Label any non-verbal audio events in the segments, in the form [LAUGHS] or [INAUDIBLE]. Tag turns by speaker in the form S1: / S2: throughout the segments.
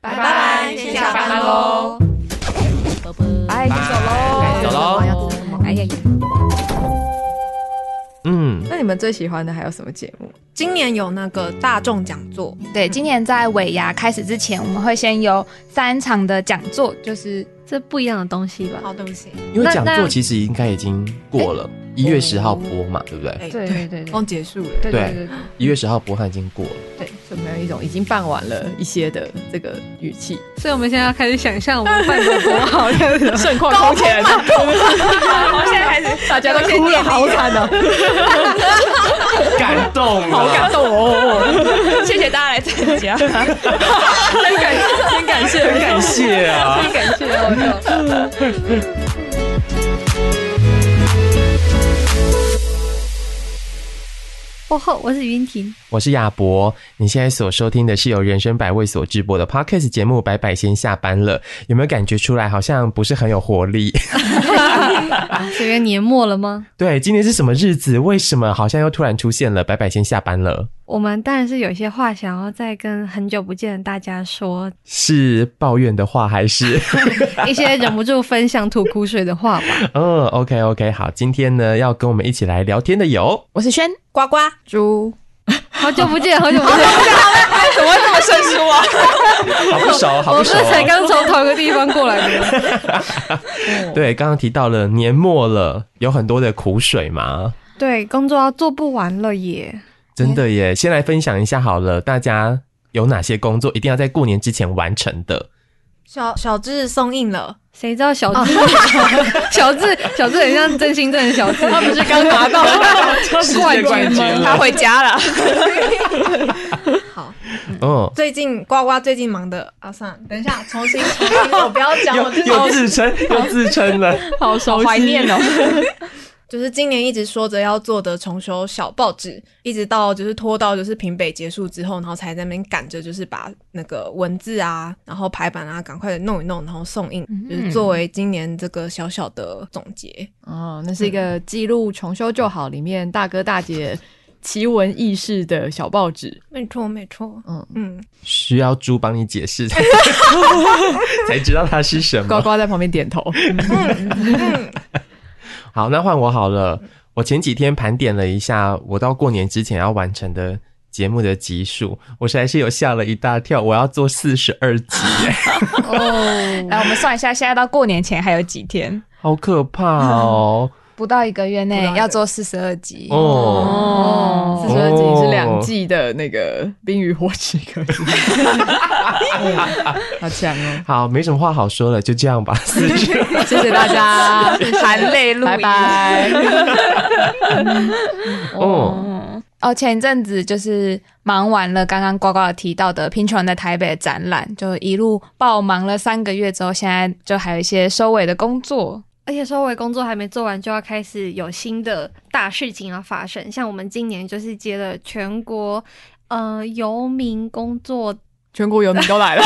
S1: 拜拜，先下班喽。
S2: 哎，先走喽，
S3: 走喽
S2: 还要做什么
S4: 哎呀呀！
S3: 嗯，
S2: 那你们最喜欢的还有什么节目？
S1: 今年有那个大众讲座，
S4: 对，今年在尾牙开始之前，我们会先有三场的讲座，就是
S5: 这不一样的东西吧？
S1: 好，对不起，
S3: 因为
S5: 那
S3: 讲
S5: 那
S3: 座其实应该已经过了，
S4: 哎
S3: 一月十号播嘛，对不对？
S1: 哎
S4: 对对对对
S1: 刚结束了。
S4: 对
S3: 对
S4: 对对
S3: 一月十号播它已经过了，
S4: 对，
S2: 有没有一种已经办完了一些的这个语气，
S5: 所以我们现在要开始想象我们办的多好，
S2: 盛况空前，
S4: 我现在开始
S2: 大家都
S4: [LAUGHS]
S2: 哭了，好惨哦，
S3: 感动
S2: 好感动哦， [LAUGHS]
S4: 谢谢大家来参加。
S2: 真感真感谢，很感
S3: 感
S2: 谢。
S3: 谢啊！
S2: 感谢哦。
S5: 我后哦我是云 [LAUGHS] 婷，
S3: 我是亚博，你现在所收听的是由人生百味所直播的 podcast 节目《百百先下班了》，有没有感觉出来好像不是很有活力？ [LAUGHS]
S5: 这边年末了吗？
S3: 对，今天是什么日子？为什么好像又突然出现了“百百先下班了
S5: 我们当然是有一些话想要再跟很久不见的大家说”？，
S3: 是抱怨的话还是？
S5: 一些忍不住分享吐苦水的话吧。 [LAUGHS]
S3: 嗯，OK OK，好，今天呢要跟我们一起来聊天的有
S4: 我是轩，
S1: 呱呱，
S2: 猪，
S5: 好久不见，好久不见，
S2: 怎么会这么生疏啊？
S3: 好不
S5: [LAUGHS]
S3: 熟，好
S5: 我
S3: 不
S5: 们
S3: 熟。
S5: 才刚从同一个地方过来的吗。
S3: 对，刚刚提到了年末了，有很多的苦水嘛，
S5: [LAUGHS] 对，工作要做不完了耶。
S3: 真的耶。先来分享一下好了，大家有哪些工作一定要在过年之前完成的？
S1: 小小智送印了， [LAUGHS]
S5: 谁知道小智？哦 [LAUGHS] 小智，小智很像真心正的小智，他不是刚拿 [LAUGHS] 到冠
S3: 冠军
S5: 吗？
S3: 了
S4: 回家了。
S1: 好，
S3: 嗯，
S1: 最近呱呱最近忙的啊，算了，等一下重 [LAUGHS] 新，重新我不要讲，我
S5: 哦
S3: 又
S1: 自己
S3: 又自称又自称了，
S4: 好熟悉，怀念哦。
S1: 就是今年一直说着要做的重修小报纸，一直到就是拖到就是平北结束之后，然后才在那边赶着就是把那个文字啊，然后排版啊，赶快的弄一弄，然后送印，就是作为今年这个小小的总结。
S2: 哦，那是一个记录《重修就好》里面大哥大姐奇闻异事的小报 [LAUGHS] 纸。
S1: 没错，没错，
S2: 嗯
S1: 嗯嗯，
S3: 需要猪帮你解释才 [LAUGHS] 才知道它是什
S2: 呱
S3: 么。
S2: 呱在旁边点头。
S3: 好，那换我好了。我前几天盘点了一下，我到过年之前要完成的节目的集数，我实在是有吓了一大跳。我要做四十二
S5: [LAUGHS]
S3: 集耶，
S4: 来，我们算一下，现在到过年前还有几天？
S3: 好可怕哦！
S4: 不到一个月
S1: 不到一
S4: 内
S1: 个
S4: 要做四十二集。
S3: 哦，
S2: 哦，四十二集是两季的那个《冰与火之歌》 [LAUGHS] 好强哦！
S3: 好，没什么话好说了，就这样吧。
S5: [LAUGHS]
S3: 四十
S2: 谢谢大 [LAUGHS] 家，
S4: 含泪录
S2: 拜
S4: 音。
S2: 拜。
S3: 哦
S4: 哦哦，前一阵子就是忙完了刚刚呱呱有提到的贫穷在台北的展览，就一路爆忙了三个月之后，现在就还有一些收尾的工
S2: [LAUGHS]
S4: 作。
S5: 而且收尾工作还没做完，就要开始有新的大事情要发生。像我们今年就是接了全国呃游民工作，
S2: 全国游民都来了，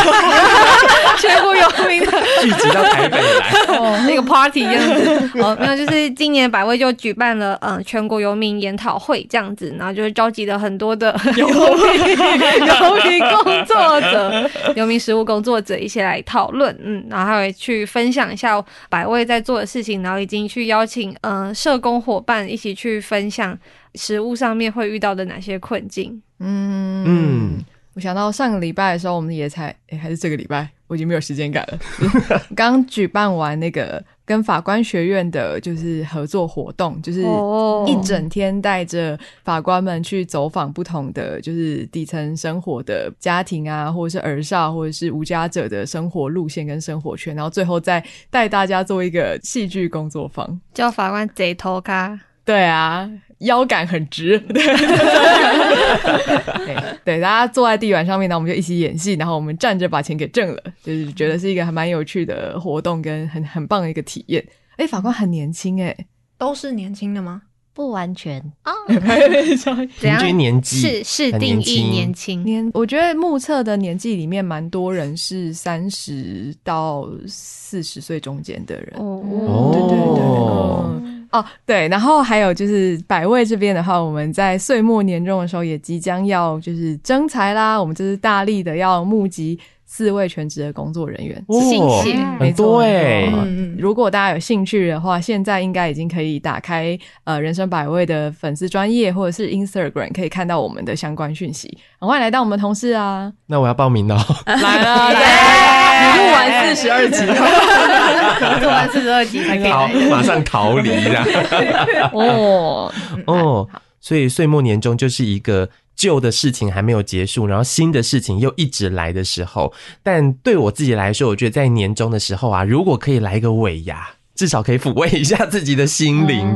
S5: 全国游民的
S3: 聚集到台北来，
S5: 哦那个 party 这样 [LAUGHS] 子。哦，没有，就是今年百威就举办了嗯、呃全国游民研讨会这样子，然后就是召集了很多的游民 [LAUGHS] 游民工作者、游民实务工作者一起来讨论，嗯，然后还有去分享一下百威在做的事情，然后已经去邀请嗯、呃社工伙伴一起去分享。食物上面会遇到的哪些困境？
S2: 嗯
S3: 嗯，
S2: 我想到上个礼拜的时候，我们也才诶、还是这个礼拜，我已经没有时间感了。 [LAUGHS] 刚举办完那个跟法官学院的，就是合作活动，就是
S5: 哦
S2: 一整天带着法官们去走访不同的，就是底层生活的家庭啊，或者是儿少，或者是无家者的生活路线跟生活圈，然后最后再带大家做一个戏剧工作坊。
S5: 叫法官贼头咖，
S2: 对啊，腰杆很直。 [LAUGHS] 对，对，大家坐在地板上面，然后我们就一起演戏，然后我们站着把钱给挣了，就是觉得是一个还蛮有趣的活动，跟很很棒的一个体验。哎，法官很年轻哎、
S1: 都是年轻的吗？
S6: 不完全，
S5: [LAUGHS] 怎
S3: 平
S5: 样
S3: 均年纪
S5: 是是
S3: 很
S5: 定
S3: 年
S5: 义
S3: 轻
S5: 年轻，
S2: 年我觉得目测的年纪里面，蛮多人是三十到四十岁中间的人。
S5: 哦
S3: 哦
S2: 对对对，嗯哦，对，然后还有就是百味这边的话，我们在岁末年终的时候也即将要就是征才啦，我们就是大力的要募集四位全职的工作人员。
S5: 信息
S3: 哦
S2: 没
S3: 很多
S2: 错
S3: 哎、
S2: 没错
S1: 嗯嗯
S2: 如果大家有兴趣的话，现在应该已经可以打开呃人生百味的粉丝专业或者是 Instagram，可以看到我们的相关讯息。很欢迎来到我们同事啊，
S3: 那我要报名了哦，
S2: 来了，
S5: 耶
S3: 哎
S2: 来了，你录完四十二集，
S5: 做完四十二集
S3: [LAUGHS]
S5: 才可以
S3: 逃
S5: 来的。
S3: 马上逃离啦。
S2: [LAUGHS] 哦，
S3: 哦，所以岁末年终就是一个旧的事情还没有结束，然后新的事情又一直来的时候。但对我自己来说，我觉得在年终的时候啊，如果可以来一个尾牙，至少可以抚慰一下自己的心灵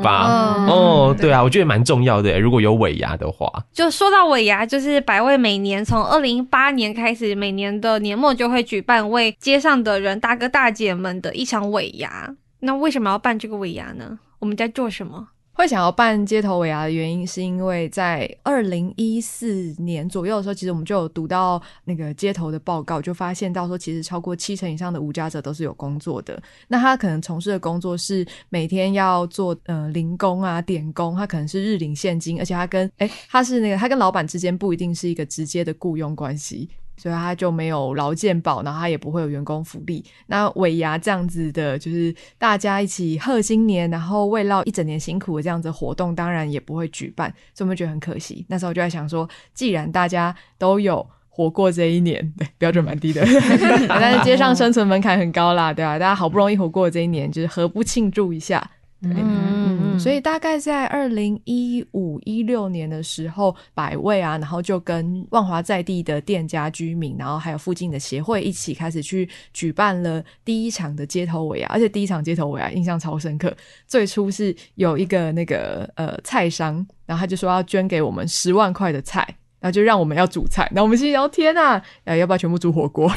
S2: [LAUGHS]
S3: 吧。
S5: 嗯
S3: 哦，对啊，我觉得蛮重要的。如果有尾牙的话，
S5: 就说到尾牙，就是百味每年从二零一八年开始，每年的年末就会举办为街上的人大哥大姐们的一场尾牙。那为什么要办这个尾牙呢？我们在做什么？
S2: 会想要办街头尾牙的原因，是因为在二零一四年左右的时候，其实我们就有读到那个街头的报告，就发现到说，其实超过七成以上的无家者都是有工作的。那他可能从事的工作是每天要做呃零工啊、点工，他可能是日领现金，而且他跟哎、他是那个他跟老板之间不一定是一个直接的雇佣关系，所以他就没有劳健保，然后他也不会有员工福利。那尾牙这样子的，就是大家一起贺新年，然后慰劳一整年辛苦的这样子的活动，当然也不会举办，所以我们觉得很可惜。那时候就在想说，既然大家都有。活过这一年，对标准蛮低的， [LAUGHS] 但是街上生存门槛很高啦，对吧、啊大家好不容易活过这一年，就是何不庆祝一下？嗯，所以大概在二零一五一六年的时候，百味啊，然后就跟万华在地的店家、居民，然后还有附近的协会一起开始去举办了第一场的街头尾啊牙，而且第一场街头尾牙印象超深刻。最初是有一个那个呃菜商，然后他就说要捐给我们十万块的菜。然后就让我们要煮菜，然后我们心里想天呐，呃，要不要全部煮火锅？ [LAUGHS]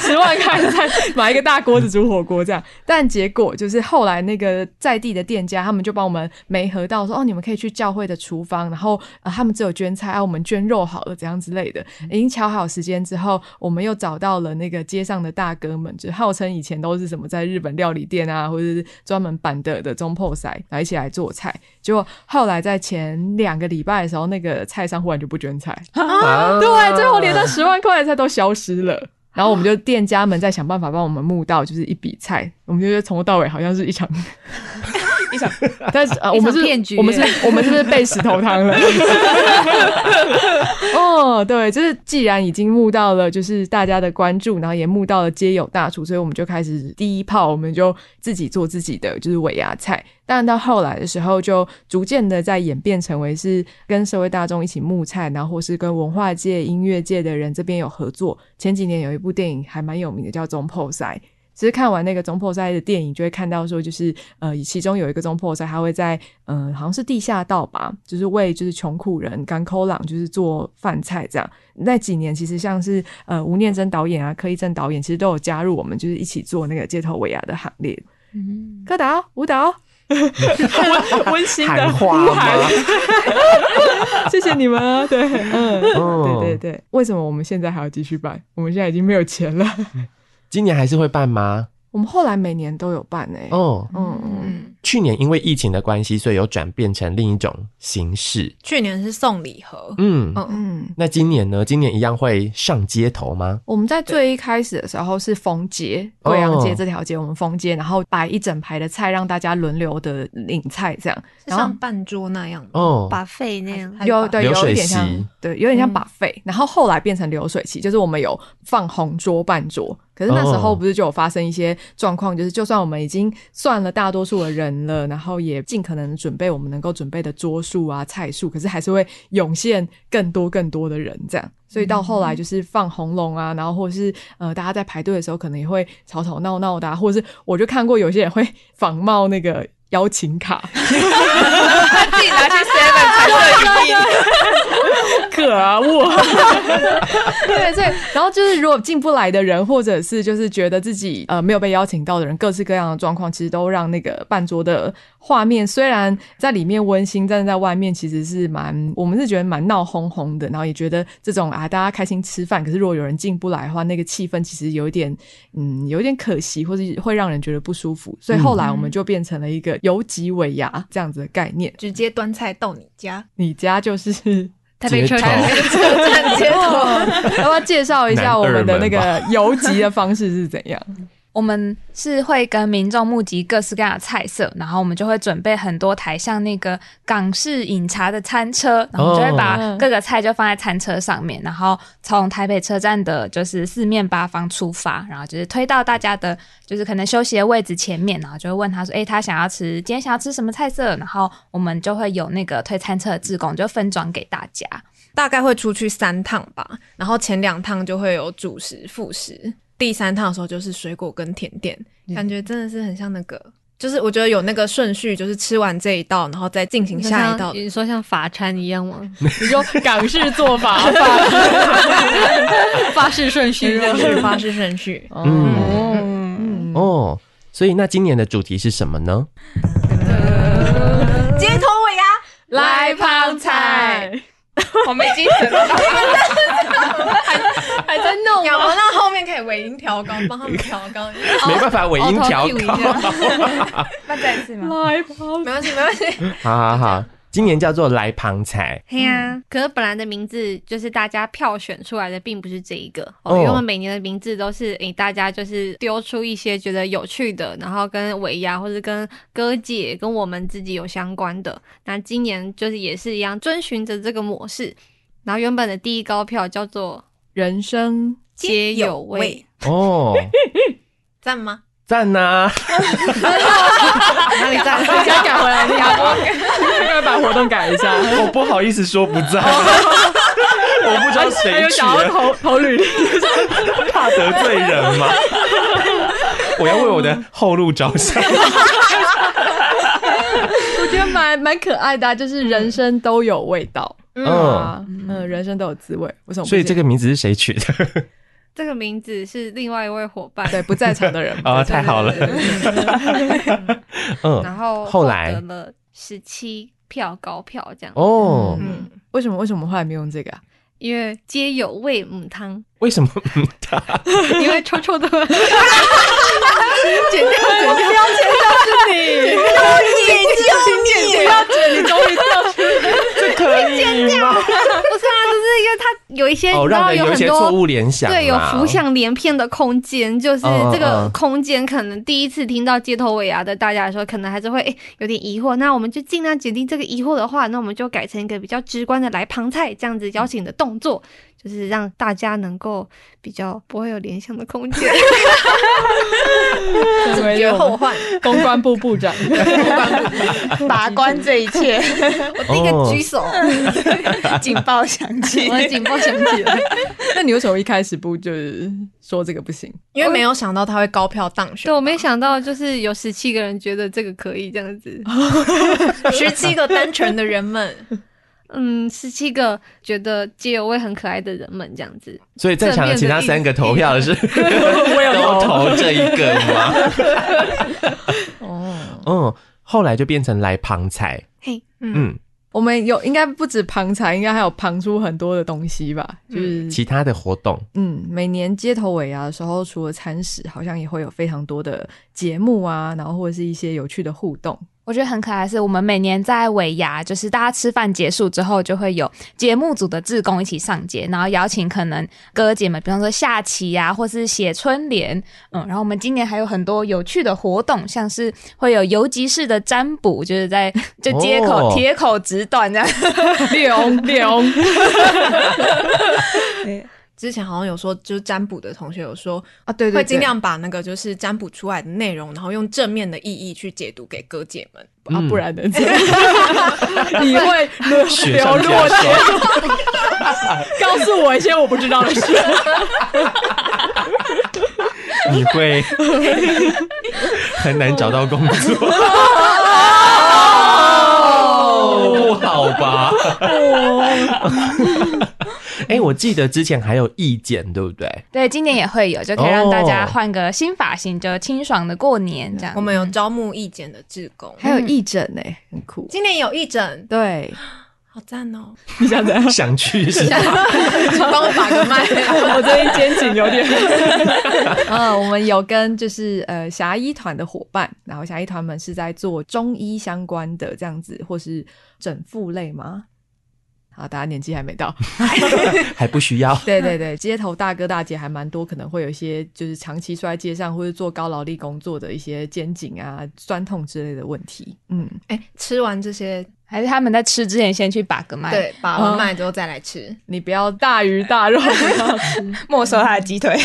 S2: 十万块菜买一个大锅子煮火锅这样。但结果就是后来那个在地的店家，他们就帮我们媒合到说，哦，你们可以去教会的厨房，然后、呃、他们只有捐菜，啊，我们捐肉好了，怎样之类的。已经瞧好时间之后，我们又找到了那个街上的大哥们，就号称以前都是什么在日本料理店啊，或者是专门板的的中破塞，然后一起来做菜。结果后来在前两个礼拜的时候，那个菜商忽然就不捐菜，
S3: 啊
S2: 对，最后连那十万块的菜都消失了。 [LAUGHS] 然后我们就店家们在想办法帮我们募到，就是一笔菜，我们就觉得从头到尾好像是一场一场，但是、呃、我们是
S4: 一场骗局
S2: 我们是我们是不是被石头汤
S4: [LAUGHS]
S2: 了？哦，对，就是既然已经募到了，就是大家的关注，然后也募到了街友大厨，所以我们就开始第一炮，我们就自己做自己的就是尾牙菜。但到后来的时候，就逐渐的在演变成为是跟社会大众一起募菜，然后或是跟文化界、音乐界的人这边有合作。前几年有一部电影还蛮有名的，叫《中破塞》。其实看完那个中破塞的电影，就会看到说，就是呃，其中有一个中破塞，他会在呃，好像是地下道吧，就是为就是穷苦人甘口朗就是做饭菜这样。那几年其实像是呃吴念真导演啊、柯一正导演，其实都有加入我们就是一起做那个街头尾牙的行列。
S3: 嗯
S2: 柯导、舞
S3: [LAUGHS]
S2: 蹈。温温馨的
S3: 喊
S2: [LAUGHS]
S3: 话
S2: 呼喊
S3: 吗？
S2: 谢谢你们啊！对，嗯，
S3: 哦
S2: 对对对，为什么我们现在还要继续办？我们现在已经没有钱了。
S3: 今年还是会办吗？
S2: 我们后来每年都有办哎、
S3: 哦，
S2: 嗯嗯，
S3: 去年因为疫情的关系，所以有转变成另一种形式。
S1: 去年是送礼盒，
S3: 嗯，
S1: 嗯
S2: 嗯，
S3: 那今年呢？今年一样会上街头吗？
S2: 我们在最一开始的时候是封街，
S3: 哦
S2: 贵阳街这条街我们封街，然后摆一整排的菜让大家轮流的领菜，这样。
S1: 是
S2: 然后
S1: 像半桌那样吗，
S3: 哦，
S5: 把费那样，
S1: 还是
S2: 有
S1: 把嗯
S2: 对，
S3: 流
S2: 有
S3: 水
S2: 一点像
S3: 席，
S2: 对，有点像把费、然后后来变成流水席，就是我们有放红桌、半桌。可是那时候
S3: 哦
S2: 不是就有发生一些状况，就是就算我们已经算了大多数的人了，然后也尽可能准备我们能够准备的桌数啊、菜数，可是还是会涌现更多更多的人这样。所以到后
S1: 嗯
S2: 来就是放红龙啊，然后或者是呃大家在排队的时候可能也会吵吵闹闹的、啊，或者是我就看过有些人会仿冒那个邀请卡，
S4: 自己拿去 seven 才乐意。
S2: 可恶！ [LAUGHS] 对，所以然后就是，如果进不来的人，或者是就是觉得自己呃没有被邀请到的人，各式各样的状况，其实都让那个半桌的画面虽然在里面温馨，但是在外面其实是蛮，我们是觉得蛮闹哄哄的，然后也觉得这种啊大家开心吃饭，可是如果有人进不来的话，那个气氛其实有一点嗯有一点可惜，或是会让人觉得不舒服。所以后来我们就变成了一个游击尾牙这样子的概念。
S1: 直接端菜到你家，
S2: 你家就是
S4: 台北车
S3: 街头
S4: 站
S1: 站街头。
S2: 要不要介绍一下我们的那个游击的方式是怎样？
S4: 我们是会跟民众募集各式各样的菜色，然后我们就会准备很多台，像那个港式饮茶的餐车，然后我们就会把各个菜就放在餐车上面，然后从台北车站的就是四面八方出发，然后就是推到大家的，就是可能休息的位置前面，然后就会问他说，诶，他想要吃今天想要吃什么菜色，然后我们就会有那个推餐车的志工就分装给大家。
S1: 大概会出去三趟吧，然后前两趟就会有主食、副食，第三趟的时候就是水果跟甜点，感觉真的是很像那个，就是我觉得有那个顺序，就是吃完这一道，然后再进行下一道。
S5: 你说像法餐一样吗？
S2: [LAUGHS] 你说港式做法吧？
S5: 法式顺序，
S1: 发式顺序，
S2: 哦
S3: 嗯
S2: 嗯，
S3: 哦，所以那今年的主题是什么呢？
S1: 街头尾牙
S4: 来胖菜，我们已经 [LAUGHS] 准备
S1: 还在弄，有吗？那后面可以尾音调高，帮他们调高。
S3: [LAUGHS] 没办法，尾音调高，
S4: 那再一次吗？
S2: 来吧，
S1: 没关系，没关系。
S3: [LAUGHS] 好好好，今年叫做来旁彩，
S5: 嘿呀、可是本来的名字就是大家票选出来的，并不是这一个哦，
S3: 哦
S5: 因为我们每年的名字都是诶、大家就是丢出一些觉得有趣的，然后跟尾牙或者跟哥姐跟我们自己有相关的。那今年就是也是一样，遵循着这个模式。然后原本的第一高票叫做
S2: 人生
S5: 皆有味，
S3: 哦，
S1: 赞吗？
S3: 赞呐、
S5: 哪里在？
S2: 大家改回来，你要不要把活动改一下？
S3: [LAUGHS] 我不好意思说不赞， [LAUGHS] 我不知道
S2: 还
S3: 谁啊
S2: 有
S3: 取
S2: 想要
S3: 的，
S2: 投投履历，
S3: 怕得罪人吗？我要为我的后路着想。
S2: 我觉得蛮蛮可爱的啊，就是人生都有味道
S3: 嗯，
S2: 啊，嗯，人生都有滋味，为什么不行？
S3: 所以这个名字是谁取的？
S5: 这个名字是另外一位伙伴。 [LAUGHS]
S2: 对不在场的人嗯
S3: 啊，太好了
S5: 对。对对然
S3: [LAUGHS] 嗯，
S5: 后
S3: 后来
S5: 获得了十七票高票这样，
S3: 哦，
S1: 嗯，
S2: 为什么为什么后来没用这个啊？
S5: 因为皆有味母汤， [LAUGHS]
S3: 为什么？嗯
S5: 因为臭臭的 [LAUGHS]
S2: 剪掉，剪掉，剪掉是你，
S1: 救
S2: 剪掉，剪，你终于掉出
S3: 这可以吗？
S5: 不是啊，就是因为它有一些，
S3: 哦，
S5: 你知
S3: 让
S5: 道
S3: 人有一
S5: 很
S3: 些错
S5: 多。
S3: 误联想啦，啊
S5: 对，有浮想联翩的空间，就是
S3: 嗯
S5: 这
S3: 嗯
S5: 个
S3: 嗯
S5: 空间，可能第一次听到街头尾牙的大家来说，可能还是会诶有点疑惑。那我们就尽量减低这个疑惑的话，那我们就改成一个比较直观的来旁菜这样子邀请的动作，就是让大家能够比较不会有联想的空间。
S2: 成为
S1: 绝
S2: 了我
S1: 后
S2: 们
S1: 患。
S2: 公关部部 [LAUGHS] 长，
S6: 把关这一切，
S1: 我第一个举手，
S3: 哦
S6: 警报响
S4: [LAUGHS]
S6: 起
S5: [LAUGHS] 我。的警报响起了。
S2: 那你为什么一开始不就是说这个不行？
S1: 因为没有想到他会高票当选
S5: 对，。我没想到就是有十七个人觉得这个可以这样子，
S1: 十七个单纯的人们， [LAUGHS]
S5: 嗯，十七个觉得街友味很可爱的人们这样子，
S3: 所以在场的其他三个投票的是
S2: 我
S3: [LAUGHS]
S2: 有
S3: 都投这一个吗？
S2: 哦，
S3: 嗯，后来就变成来旁菜。
S5: 嘿，
S3: 嗯，
S2: 我们有应该不止旁财，应该还有旁出很多的东西吧？
S1: 嗯
S2: 就是
S3: 其他的活动
S2: 嗯，每年街头尾啊牙的时候，除了餐食，好像也会有非常多的节目啊，然后或者是一些有趣的互动。
S4: 我觉得很可爱，是我们每年在尾牙，就是大家吃饭结束之后，就会有节目组的志工一起上街，然后邀请可能哥姐们，比方说下棋呀、或是写春联，嗯，然后我们今年还有很多有趣的活动，像是会有游击式的占卜，就是在就街口
S3: 哦
S4: 铁口直断这样，
S2: 猎 [LAUGHS] 翁，猎翁，
S1: 之前好像有说，就是占卜的同学有说，
S2: 啊，对对对，
S1: 会尽量把那个就是占卜出来的内容，然后用正面的意义去解读给哥姐们。
S2: 啊，
S3: 嗯
S2: 不
S1: [LAUGHS]
S2: 然能怎样？你会流
S3: 雪上
S2: 流
S3: 加
S2: 落的，
S3: 霜。
S2: 告诉我一些我不知道的事。
S3: 你会很难找到工作。
S2: 哦
S3: 哦，不好吧？ [LAUGHS] 哎、我记得之前还有意见，对不对？？
S4: 对，今年也会有，就可以让大家换个新发型，就清爽的过年这样。
S1: 我们
S2: 嗯
S1: 有招募义诊的志工，
S2: 欸还有义诊呢，很酷。
S1: 今年有义诊，
S2: 对，
S1: 好赞哦！ [LAUGHS]
S2: 你想怎样
S3: 想去是吧？
S1: 帮我把个脉。
S2: [LAUGHS] 我最近肩颈有 [LAUGHS] 点。嗯，我们有跟就是呃侠医团的伙伴，然后侠医团们是在做中医相关的这样子，或是整复类吗？好，大家年纪还没 [LAUGHS] 到。
S3: 还不需要。
S2: 对对对，街头大哥大姐还蛮多，可能会有一些就是长期摔街上或者做高劳力工作的一些肩颈啊、酸痛之类的问题。嗯，
S1: 哎、吃完这些，
S4: 还是他们在吃之前先去把
S2: 哎
S4: 个脉，
S1: 对，把
S2: 嗯
S1: 完脉之后再来吃。
S2: 你不要大鱼大肉，不要吃。
S4: 没收他的鸡 [LAUGHS]
S1: [LAUGHS]
S4: 腿。
S2: [LAUGHS]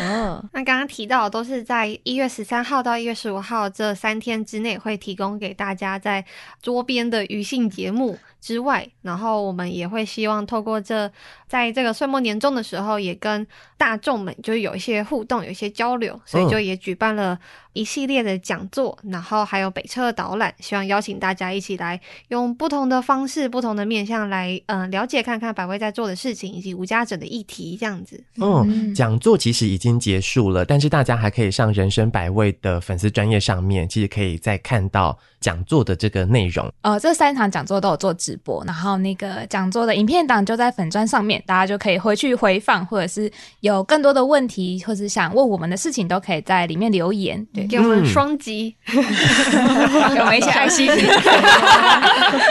S2: 嗯，
S5: 那刚刚提到的都是在一月十三号到一月十五号这三天之内会提供给大家在桌边的余兴节目之外，然后我们也会希望透过这在这个岁末年终的时候，也跟大众们就是有一些互动，有一些交流，所以就也举办了一系列的讲座，然后还有北车的导览，希望邀请大家一起来用不同的方式、不同的面向来嗯、呃了解看看百威在做的事情以及无家者的议题这样子。
S3: 嗯，讲座其实已经结束了，但是大家还可以上人生百味的粉丝专业上面，其实可以再看到讲座的这个内容。
S4: 呃，这三场讲座都有做直播，然后那个讲座的影片档就在粉砖上面，大家就可以回去回放，或者是有更多的问题，或是想问我们的事情，都可以在里面留言。对，
S5: 给我们双击。
S4: [LAUGHS] 给我们一些爱心。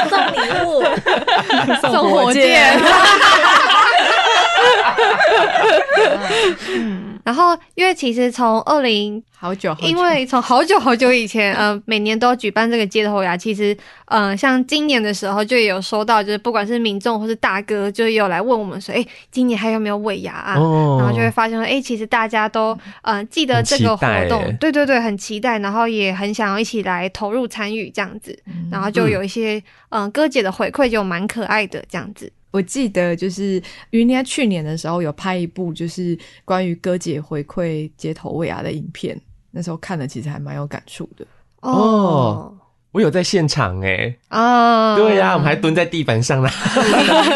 S1: 送礼
S4: [LAUGHS]
S1: 物，
S2: 送火箭。
S5: 然后，因为其实从二零，
S2: 好久，好久
S5: 因为从好久好久以前，呃，每年都要举办这个街头牙，其实，呃，像今年的时候就有收到，就是不管是民众或是大哥，就有来问我们说，哎，今年还有没有尾牙啊？
S3: 哦
S5: 然后就会发现说，哎，其实大家都，呃，记得这个活
S3: 很期待
S5: 动
S3: 欸，
S5: 对对对，很期待，然后也很想要一起来投入参与这样子，
S3: 嗯
S5: 然后就有一些，嗯、哥姐的回馈就蛮可爱的这样子。
S2: 我记得就是云妮去年的时候有拍一部就是关于哥姐回馈街头尾牙的影片，那时候看了其实还蛮有感触的。
S3: 哦我有在现场哎、
S5: 啊，
S3: 对呀、我们还蹲在地板上啦，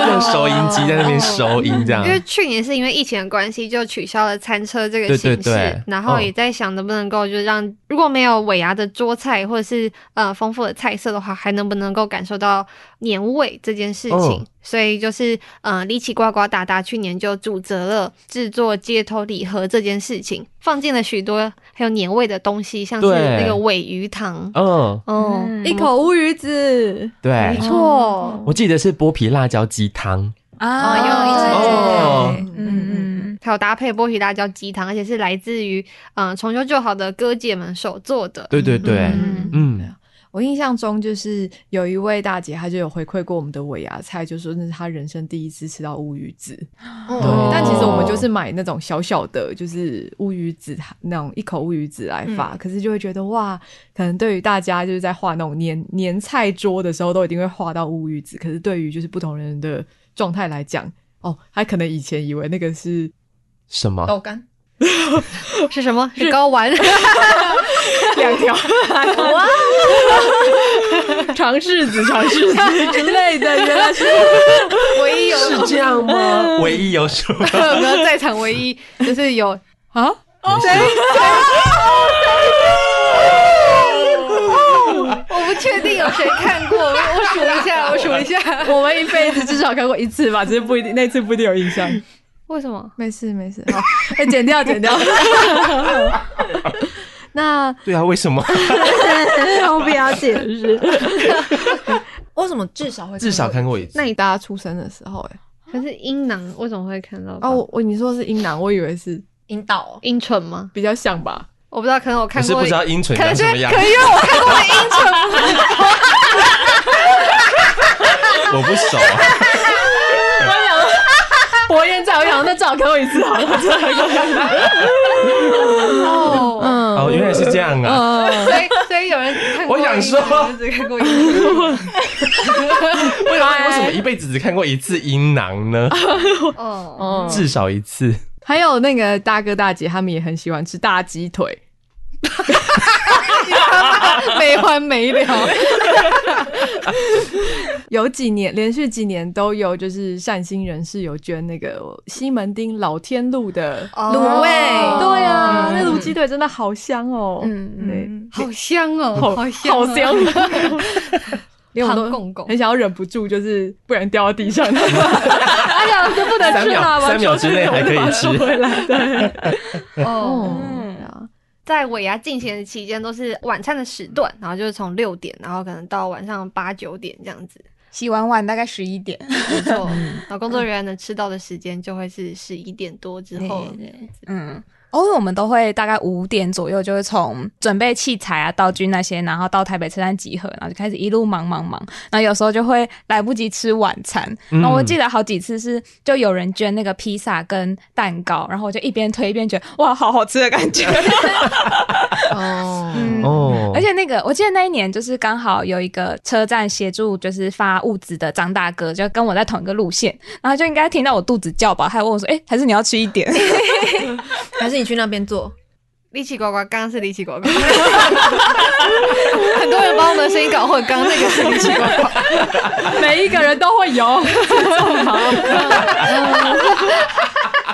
S3: 用收音机在那边收音这样
S5: 因。为去年是因为疫情的关系，就取消了餐车这个
S3: 对
S5: 形
S3: 对
S5: 式，
S3: 对
S5: 然后
S3: 嗯
S5: 也在想能不能够就是让、如果没有尾牙的桌菜或者是呃丰富的菜色的话，还能不能够感受到年味这件事情？
S3: 嗯
S5: 所以就是呃，力气呱呱达达去年就主责了制作街头礼盒这件事情，放进了许多很有年味的东西，像是
S3: 对
S5: 那个尾鱼糖，
S3: 嗯，
S5: 哦、
S4: 嗯
S2: 一口乌鱼子，
S3: 对
S5: 没，
S2: 嗯
S5: 错，
S3: 我记得是剥皮辣椒鸡汤，
S4: 啊，
S3: 哦
S4: 有一
S3: 有
S4: 次，嗯嗯，
S5: 还有搭配剥皮辣椒鸡汤，而且是来自于嗯、呃重修旧好的哥姐们手做的。
S3: 对对对，
S4: 嗯
S3: 嗯
S2: 啊我印象中就是有一位大姐，她就有回馈过我们的尾牙菜，就说那是她人生第一次吃到乌鱼子。对，
S3: 哦
S2: 但其实我们就是买那种小小的，就是乌鱼子那种一口乌鱼子来发，可是就会觉得哇，可能对于大家就是在画那种年年菜桌的时候，都一定会画到乌鱼子，可是对于就是不同人的状态来讲，哦，他可能以前以为那个是
S3: 什么？
S1: 豆干。
S5: 是什么？是睾 [LAUGHS] 丸。
S2: 两条哇，长柿子、长柿子之类的，原来是
S5: 唯一有
S3: 是这样吗？唯一有数，
S5: 我们在场唯一就是有
S2: 啊，
S3: 哦
S5: 我不确定有谁看过，我我数一 [LAUGHS] 下，我数一下。
S2: 我们一辈子至少看过一次吧，只是不一定那次不一定有印象。
S5: 为什么？
S2: 没事没事，好， [LAUGHS] 哎、剪掉剪掉。那
S3: 对啊，为什么？
S2: 我不要解释。
S5: [LAUGHS]
S1: 为什么至少会
S3: 至少看过一次。
S2: 那你 [LAUGHS] 大家出生的时候、 [LAUGHS] 哎，
S5: 可是阴囊为什么会看到？
S2: 哦，我我你说是阴囊，我以为是
S1: 引导、哦？
S5: 阴唇吗？
S2: 比较像吧。
S5: 我不知道，可能我
S3: 可
S5: 看
S3: 是
S5: 过，
S3: 不知道阴唇
S5: 可能
S3: 长
S5: 就
S3: 什
S5: 可
S3: 么
S5: 能因
S3: 样，
S5: 为我看过我的阴唇，
S3: 我不熟。
S2: 我想说， [LAUGHS] 博彦在，我想说那至少看过一次好了。 [LAUGHS]
S5: 哦，
S3: 哦，原来是这样啊！
S2: 嗯，
S5: 所以所以有人看过
S3: 我
S5: 阴囊，
S3: 想说
S5: 有人只看过阴 [LAUGHS] 唇。
S3: 为什么为什么一辈子只看过一次阴囊呢？
S5: 哦，
S2: 哦
S3: 至少一次。
S2: 还有那个大哥大姐，他们也很喜欢吃大鸡腿。 [LAUGHS] 没完没了， [LAUGHS] 有几年连续几年都有，就是善心人士有捐那个西门町老天路的
S5: 哦
S1: 卤味
S2: 对啊，
S1: 嗯
S2: 那卤鸡腿真的好香哦。
S4: 嗯
S2: 对，
S5: 好香哦，
S2: 好
S5: 香，
S2: 好香。 [LAUGHS] 连我
S5: 胖
S2: 都
S5: 公公
S2: 很想要忍不住，就是不然掉到地
S3: [LAUGHS]
S2: 上。
S5: 哎呀，就不能
S3: 三
S5: 吃
S3: 秒
S5: 了，
S3: 三秒之内还可以吃，
S5: 哦。
S2: 嗯
S5: 对啊在尾牙进行的期间都是晚餐的时段，然后就是从六点，然后可能到晚上八九点这样子，
S6: 洗完碗大概十一点，
S5: 没错。
S2: 嗯
S5: 然后工作人员能吃到的时间就会是十一点多之后，
S6: 嗯，
S4: 哦，因为我们都会大概五点左右，就会从准备器材啊、道具那些，然后到台北车站集合，然后就开始一路忙忙忙。然后有时候就会来不及吃晚餐。然后我记得好几次是，就有人捐那个披萨跟蛋糕，然后我就一边推一边觉得哇，好好吃的感觉。
S2: 哦，
S4: 嗯
S3: 哦，
S4: 而且那个，我记得那一年就是刚好有一个车站协助，就是发物资的张大哥，就跟我在同一个路线，然后就应该听到我肚子叫吧，他还问我说：“哎、还是你要吃一点
S1: 还是你去那边 [LAUGHS] 做？
S5: 力气呱呱，刚刚是力气呱呱， [LAUGHS] 很多人把我们的声音搞混，刚刚那个是力气呱呱。
S2: 每一个人都 [LAUGHS] 会有。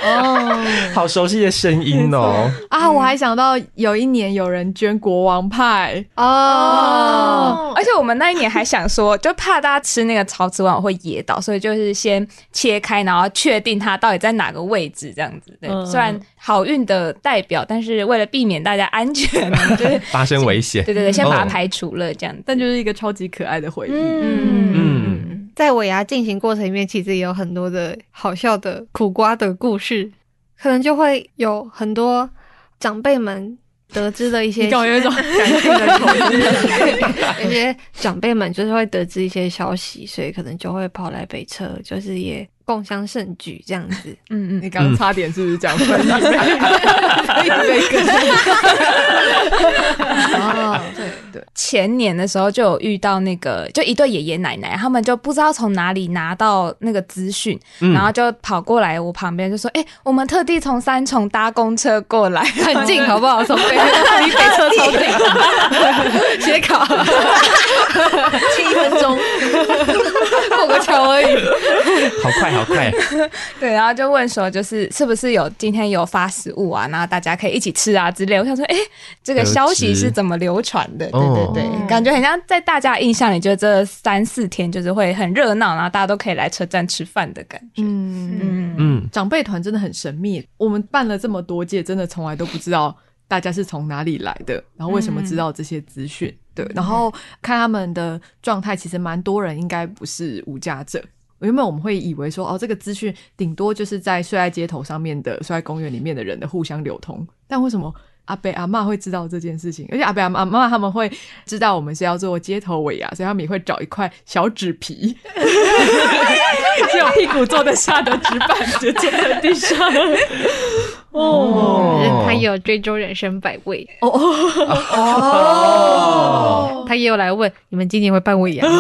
S2: 哦
S3: 好熟悉的声音哦，
S5: 嗯
S2: 啊！我还想到有一年有人捐国王派，
S5: 哦，
S4: 哦？”而且我们那一年还想说， [LAUGHS] 就怕大家吃那个草吃完我会噎到，所以就是先切开，然后确定它到底在哪个位置，这样子。对，
S2: 嗯
S4: 虽然好运的代表，但是为了避免大家安全，就是
S3: 发生危险
S4: 对对对，先把它
S3: 哦
S4: 排除了这样子。
S2: 但就是一个超级可爱的回忆。
S5: 嗯，
S3: 嗯，
S5: 在尾牙进行过程里面，其实也有很多的好笑的苦瓜的故事，可能就会有很多长辈们得知的一些
S2: 你搞有一种
S5: 感性的口音，有些长辈们就是会得知一些消息，所以可能就会跑来北车，就是也共襄盛举这样子。
S4: 嗯嗯
S2: [LAUGHS] 你刚刚差点是不是讲 [LAUGHS]
S5: [LAUGHS]
S2: 翻译？一个
S5: 哦，对，
S4: 前年的时候就有遇到那个，就一对爷爷奶奶，他们就不知道从哪里拿到那个资讯，
S3: 嗯
S4: 然后就跑过来我旁边就说：“哎、我们特地从三重搭公车过来，[LAUGHS]
S5: 很近好不好？从北车离北车超近，写考
S1: 一分钟，
S5: 过个桥 [LAUGHS] 而已。
S3: 好快好快，
S4: 对，然后就问说就是是不是有今天有发食物啊，然后大家可以一起吃啊之类。我想说，哎、这个消息是怎么流传的？对
S3: 哦
S4: 对对，感觉很像在大家印象里，就这三四天就是会很热闹，然后大家都可以来车站吃饭的感觉。
S2: 嗯
S4: 嗯。
S3: 嗯，
S2: 长辈团真的很神秘，我们办了这么多届，真的从来都不知道大家是从哪里来的，然后为什么知道这些资讯。对，然后看他们的状态，其实蛮多人应该不是无家者。原本我们会以为说，哦，这个资讯顶多就是在睡在街头上面的、睡在公园里面的人的互相流通，但为什么阿伯阿嬷会知道这件事情？而且阿伯阿嬷阿嬷他们会知道我们是要做街头尾牙，所以他们也会找一块小纸皮， [LAUGHS] 只有屁股坐得下的纸板，直接坐在地上。
S3: 哦
S5: 他也有追究人生百味，
S3: 哦，
S5: 他也有来问你们今年会办尾牙 [LAUGHS] 吗？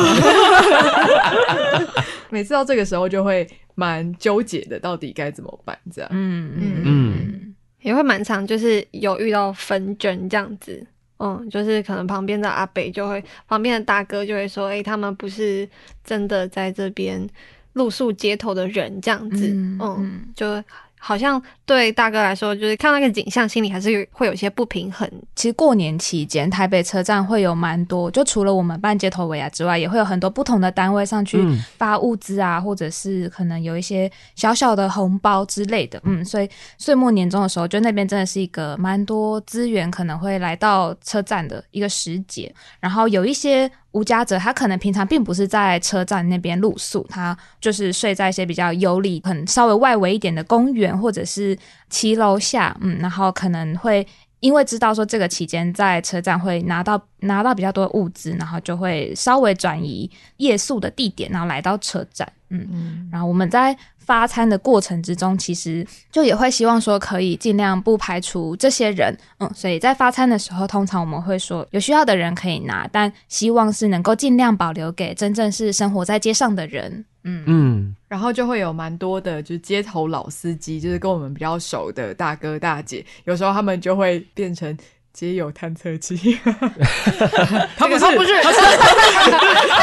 S2: 每次到这个时候就会蛮纠结的，到底该怎么办？这样，
S4: 嗯
S3: 嗯
S5: 也会蛮常就是有遇到纷争这样子。嗯，就是可能旁边的阿北就会，旁边的大哥就会说，诶、他们不是真的在这边露宿街头的人这样子，嗯
S4: 嗯嗯
S5: 就好像对大哥来说，就是看到那个景象，心里还是有会有些不平衡。
S4: 其实过年期间，台北车站会有蛮多，就除了我们办街头尾牙之外，也会有很多不同的单位上去
S3: 嗯
S4: 发物资啊，或者是可能有一些小小的红包之类的。嗯，所以岁末年终的时候，就那边真的是一个蛮多资源可能会来到车站的一个时节。然后有一些无家者，他可能平常并不是在车站那边露宿，他就是睡在一些比较有里、很稍微外围一点的公园或者是骑楼下，嗯，然后可能会因为知道说这个期间在车站会拿到拿到比较多的物资，然后就会稍微转移夜宿的地点，然后来到车站，嗯，
S2: 嗯，
S4: 然后我们在发餐的过程之中，其实就也会希望说可以尽量不排除这些人，嗯，所以在发餐的时候，通常我们会说有需要的人可以拿，但希望是能够尽量保留给真正是生活在街上的人，嗯
S3: 嗯
S2: 然后就会有蛮多的，就是街头老司机，就是跟我们比较熟的大哥大姐，有时候他们就会变成。皆有探测器， [LAUGHS]
S1: 他不是，不是，他是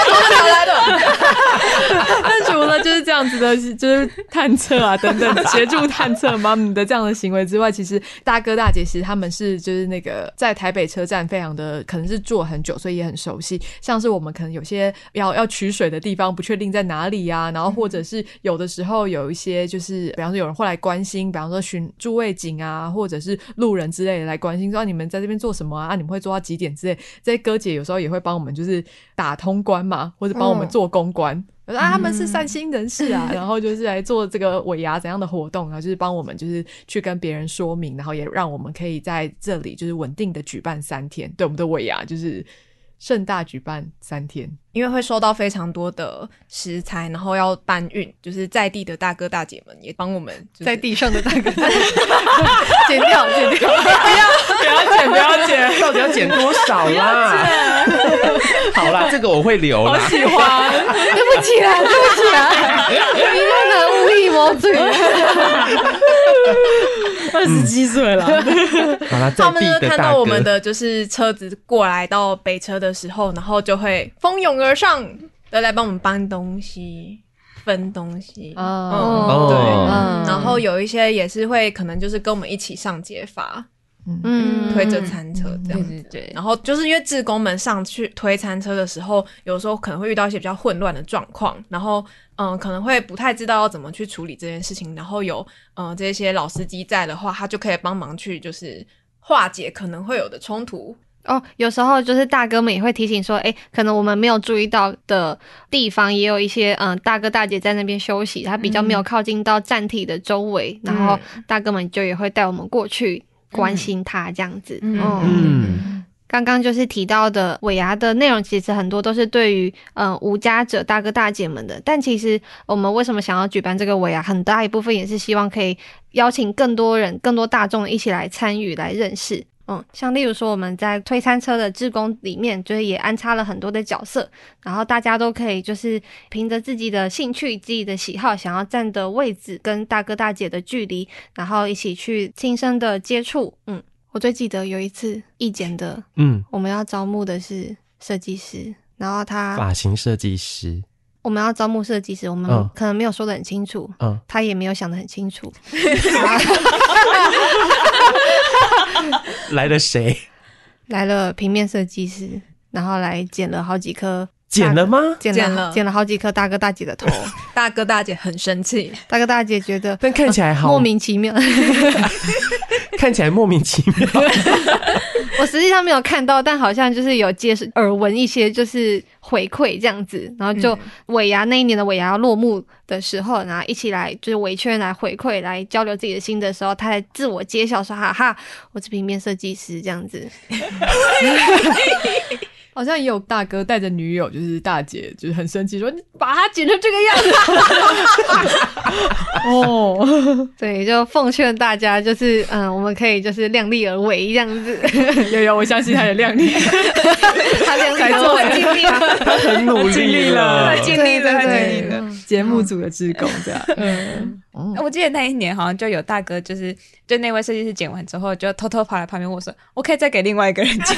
S2: 那除了就是这样子的， [LAUGHS] 就是探测啊等等协助探测妈咪的这样的行为之外，其实大哥大姐其实他们是就是那个在台北车站非常的可能是坐很久，所以也很熟悉。像是我们可能有些要 [LAUGHS] 要取水的地方不确定在哪里啊，然后或者是有的时候有一些就是比方说有人会来关心，比方说巡驻卫警啊，或者是路人之类的来关心，说、啊、你们在这边做什么啊？啊你们会做到几点之类。这些哥姐有时候也会帮我们就是打通关嘛，或者帮我们做公关。我说啊，他们是善心人士 [LAUGHS] 啊，然后就是来做这个尾牙怎样的活动，然后就是帮我们就是去跟别人说明，然后也让我们可以在这里就是稳定的举办三天，对我们的尾牙就是盛大举办三天。
S1: 因为会收到非常多的食材，然后要搬运，就是在地的大哥大姐们也帮我们、就是、
S5: 在地上的大 [LAUGHS] 哥大，
S1: [LAUGHS] 剪掉，剪掉，
S2: 不要剪，不要剪，
S3: 到底要减多少啦？好啦，这个我会留
S2: 好
S3: 啦。
S2: 喜欢。
S5: 对不起啊，对不起啊，你那个无意魔嘴，
S2: 二十七岁了，
S3: [LAUGHS] 好啦，在
S1: 他们
S3: 地
S1: 就
S3: 的
S1: 看
S3: 大
S1: 到
S3: 哥，
S1: 我们的就是车子过来到北车的时候，然后就会蜂拥而上的来帮我们搬东西、分东西。
S2: 哦
S1: 嗯对，
S3: 哦
S1: 嗯然后有一些也是会可能就是跟我们一起上街法，
S5: 嗯，
S1: 推着餐车这样子。
S4: 对
S1: 然后就是因为志工们上去推餐车的时候，有时候可能会遇到一些比较混乱的状况，然后嗯，可能会不太知道要怎么去处理这件事情。然后有嗯这些老司机在的话，他就可以帮忙去就是化解可能会有的冲突。
S5: 哦，有时候就是大哥们也会提醒说，哎、可能我们没有注意到的地方，也有一些嗯、呃大哥大姐在那边休息，他比较没有靠近到站体的周围，然后大哥们就也会带我们过去关心他这样子。
S4: 嗯
S5: 嗯，
S3: 嗯，
S5: 刚刚就是提到的尾牙的内容，其实很多都是对于嗯、呃无家者大哥大姐们的，但其实我们为什么想要举办这个尾牙，很大一部分也是希望可以邀请更多人、更多大众一起来参与、来认识。嗯，像例如说我们在推餐车的志工里面，就是也安插了很多的角色，然后大家都可以就是凭着自己的兴趣、自己的喜好，想要站的位置跟大哥大姐的距离，然后一起去亲身的接触。嗯，我最记得有一次义检的
S3: 嗯，
S5: 我们要招募的是设计师，然后他
S3: 发型设计师，
S5: 我们要招募设计师，我们
S3: 嗯
S5: 可能没有说的很清楚，
S3: 嗯，
S5: 他也没有想的很清楚。
S3: 来了谁？
S5: 来了平面设计师，然后来剪了好几颗，
S3: 剪了吗？
S5: 剪
S1: 剪
S5: 了
S1: 了
S5: 剪了好几颗大哥大姐的
S3: [LAUGHS]
S5: 头，
S1: 大哥大姐很生气，
S5: 大哥大姐觉得
S3: 但看起来好
S5: 哦莫，名其妙。
S3: 看起来莫名其妙。
S5: [LAUGHS] 我实际上没有看到，但好像就是有接耳闻一些就是回馈这样子，然后就尾牙那一年的尾牙落幕的时候，然后一起来就是围圈来回馈来交流自己的心得时候，他才自我揭晓说哈哈，我是平面设计师这样子。
S2: 好像也有大哥带着女友，就是大姐，就是很生气说：“你 [LAUGHS] 把她剪成这个样子。”
S5: [LAUGHS]
S2: 哦，
S5: 对，就奉劝大家就是嗯，我们可以就是量力而为这样子，
S2: 有有，我相信她也谅 [LAUGHS] 你。
S5: 他量力而为，
S4: 尽力
S5: [LAUGHS]
S4: 了，
S3: 他很努
S2: 尽力
S3: 力
S2: 了
S3: 了
S2: 他，
S4: 尽力了，他尽力了。
S2: 节目组的职工这样，嗯，
S4: 我记得那一年好像就有大哥，就是就那位设计师剪完之后，就偷偷跑来旁边问我说：“我可以再给另外一个人剪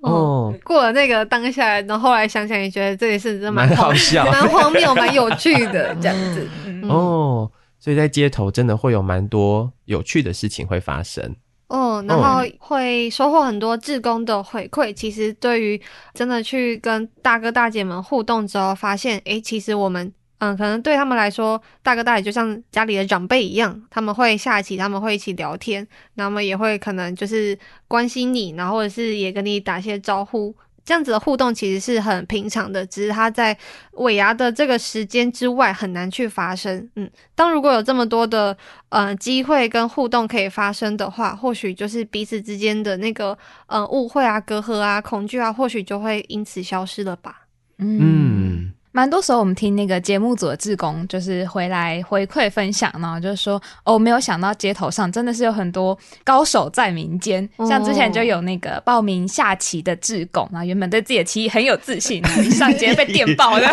S3: 哦，
S5: 过了那个当下，然后后来想想也觉得这件事真的蛮
S3: 蛮好
S5: 荒
S3: 笑
S5: 蛮荒谬、蛮有趣的这样子。
S3: [LAUGHS]
S5: 嗯
S3: 哦。所以在街头真的会有蛮多有趣的事情会发生。
S5: 嗯，然后会收获很多志工的回馈。其实对于真的去跟大哥大姐们互动之后，发现，诶，其实我们，嗯，可能对他们来说，大哥大姐就像家里的长辈一样，他们会下棋，他们会一起聊天，那么也会可能就是关心你，然后或者是也跟你打些招呼。这样子的互动其实是很平常的，只是它在尾牙的这个时间之外很难去发生。嗯，当如果有这么多的呃机会跟互动可以发生的话，或许就是彼此之间的那个呃误会啊、隔阂啊、恐惧啊，或许就会因此消失了吧。？”
S3: 嗯，
S4: 蛮多时候，我们听那个节目组的志工，就是回来回馈分享，然后就说哦，没有想到街头上真的是有很多高手在民间，
S5: 哦
S4: 像之前就有那个报名下棋的志工，然后原本对自己的棋艺很有自信，然后一上街被电爆的，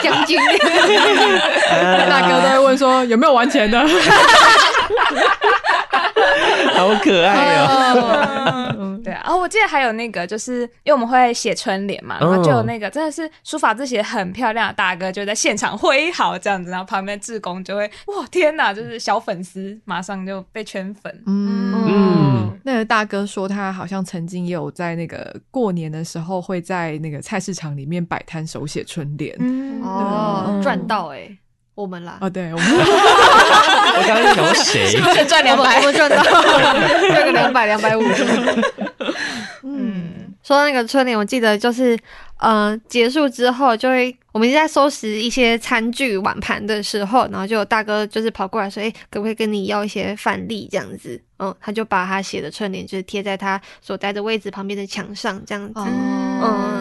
S5: 将军，
S2: 嗯 [LAUGHS] 大哥都会问说有没有完钱的，
S3: 好可爱哦、嗯
S4: 对啊，哦，我记得还有那个，就是因为我们会写春联嘛，
S3: 嗯
S4: 然后就有那个真的是书法字写得很漂亮的大哥就在现场挥毫这样子，然后旁边志工就会哇天哪，就是小粉丝马上就被圈粉，
S2: 嗯，
S3: 嗯，
S2: 那个大哥说他好像曾经也有在那个过年的时候会在那个菜市场里面摆摊手写春联。
S4: 嗯
S5: 哦
S2: 嗯，
S5: 赚到哎、我们啦，
S2: 哦，对，我们
S3: 我刚刚在想说谁？
S4: 是赚两
S5: 我们
S4: 百
S5: 我，们赚到赚个两百两百五。
S4: 嗯，
S5: 说到那个春联，我记得就是，呃，结束之后就会，我们一直在收拾一些餐具、碗盘的时候，然后就有大哥就是跑过来说：“哎、可不可以跟你要一些饭粒这样子？”嗯，他就把他写的春联就是贴在他所待的位置旁边的墙上这样子。
S4: 哦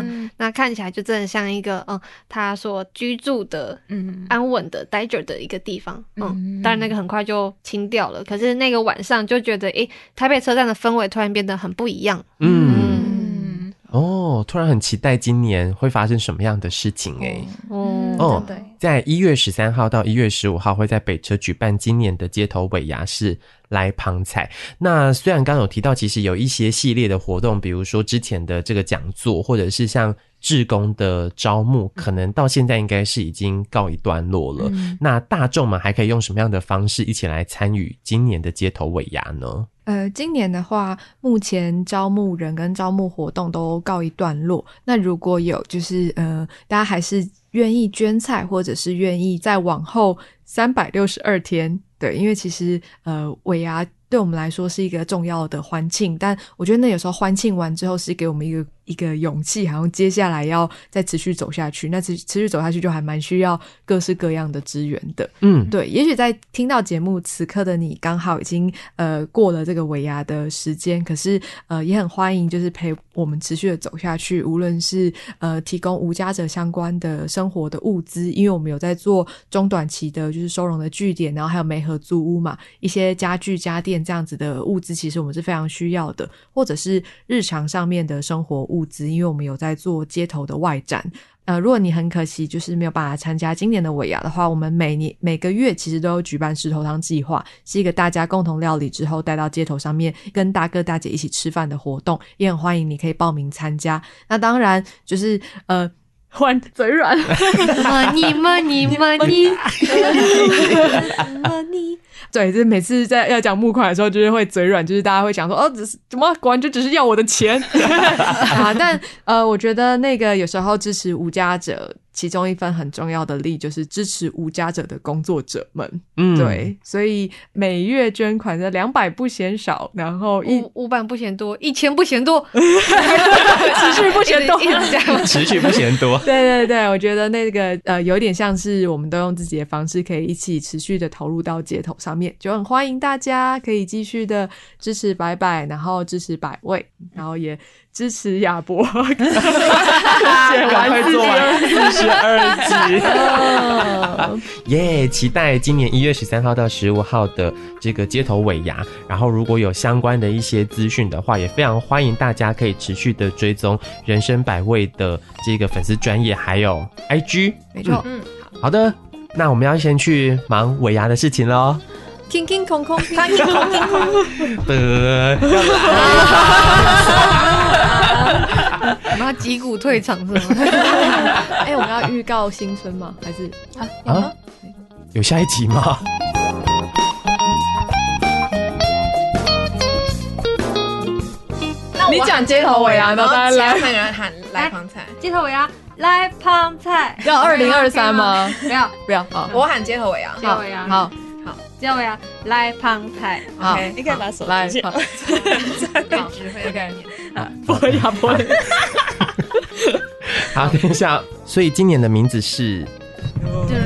S5: 嗯那看起来就真的像一个嗯，他所居住的
S4: 嗯
S5: 安稳的待着的一个地方。嗯，
S4: 嗯
S5: 当然那个很快就清掉了，可是那个晚上就觉得，诶、台北车站的氛围突然变得很不一样。
S3: 嗯，
S5: [LAUGHS] 嗯
S4: 嗯，
S3: 哦，突然很期待今年会发生什么样的事情哎、
S5: 哦
S3: 哦
S6: 真的耶
S3: 在一月十三号到一月十五号会在北车举办今年的街头尾牙式来旁采。那虽然刚刚有提到，其实有一些系列的活动，比如说之前的这个讲座，或者是像志工的招募，可能到现在应该是已经告一段落了。那大众们还可以用什么样的方式一起来参与今年的街头尾牙呢？
S2: 呃，今年的话，目前招募人跟招募活动都告一段落。那如果有就是呃，大家还是愿意捐菜，或者是愿意再往后三百六十二天，对，因为其实呃，尾牙对我们来说是一个重要的欢庆，但我觉得那有时候欢庆完之后是给我们一个一个勇气，好像接下来要再持续走下去。那持持续走下去就还蛮需要各式各样的资源的。
S3: 嗯，
S2: 对，也许在听到节目此刻的你，刚好已经呃过了这个尾牙的时间，可是呃也很欢迎，就是陪我们持续的走下去。无论是呃提供无家者相关的生活的物资，因为我们有在做中短期的，就是收容的据点，然后还有梅和租屋嘛，一些家具、家电这样子的物资，其实我们是非常需要的，或者是日常上面的生活物资，因为我们有在做街头的外展，呃，如果你很可惜就是没有办法参加今年的尾牙的话，我们每年每个月其实都有举办石头汤计划，是一个大家共同料理之后带到街头上面跟大哥大姐一起吃饭的活动，也很欢迎你可以报名参加。那当然就是呃，忽然嘴软，
S5: [LAUGHS] 啊，你们你们你
S2: 对，就是每次在要讲募款的时候，就是会嘴软，就是大家会讲说，哦，只是怎么，果然就只是要我的钱 [LAUGHS] 啊。但呃，我觉得那个有时候支持无家者，其中一份很重要的力就是支持无家者的工作者们。
S3: 嗯，
S2: 对，所以每月捐款的两百不嫌少，然后一 [LAUGHS]
S5: 五五百不嫌多，一千不嫌多，
S2: 持续不嫌多。
S5: 一。直一直这样。
S3: 持续不嫌多
S2: [LAUGHS] 对对对，我觉得那个呃，有点像是我们都用自己的方式，可以一起持续的投入到街头上面，就很欢迎大家可以继续的支持百百，然后支持百味，然后也支持亚博， [LAUGHS] 写
S3: 赶快
S2: 完
S3: 做完四十二集。
S2: 哦
S3: 耶期待今年一月十三号到十五号的这个街头尾牙。然后，如果有相关的一些资讯的话，也非常欢迎大家可以持续的追踪人生百味的这个粉丝专业，还有 IG。
S2: 没错，
S1: 嗯，
S3: 好的，那我们要先去忙尾牙的事情喽。
S2: 空空空空，
S3: 的，
S5: 然后击鼓退场是吗？ [LAUGHS]
S2: 哎，我们要预告新春吗？还是
S3: 啊，有下一集吗？
S2: 你讲街头尾啊牙，然后大家来
S1: 其他人喊来旁菜，
S5: 街头尾牙来胖菜，
S2: 要二零二三吗？
S5: 不要
S2: [LAUGHS] 不要，好，
S1: 我喊街头尾啊牙。
S5: 街头尾牙，
S2: 好，
S5: 街头尾牙来胖菜，
S2: 好，
S1: OK，
S6: 你可以把手
S2: 来
S6: 举起，来
S2: 好
S1: 好指挥的概念。
S2: 播呀播呀。
S3: 好，等一下，所以今年的名字是
S5: 就是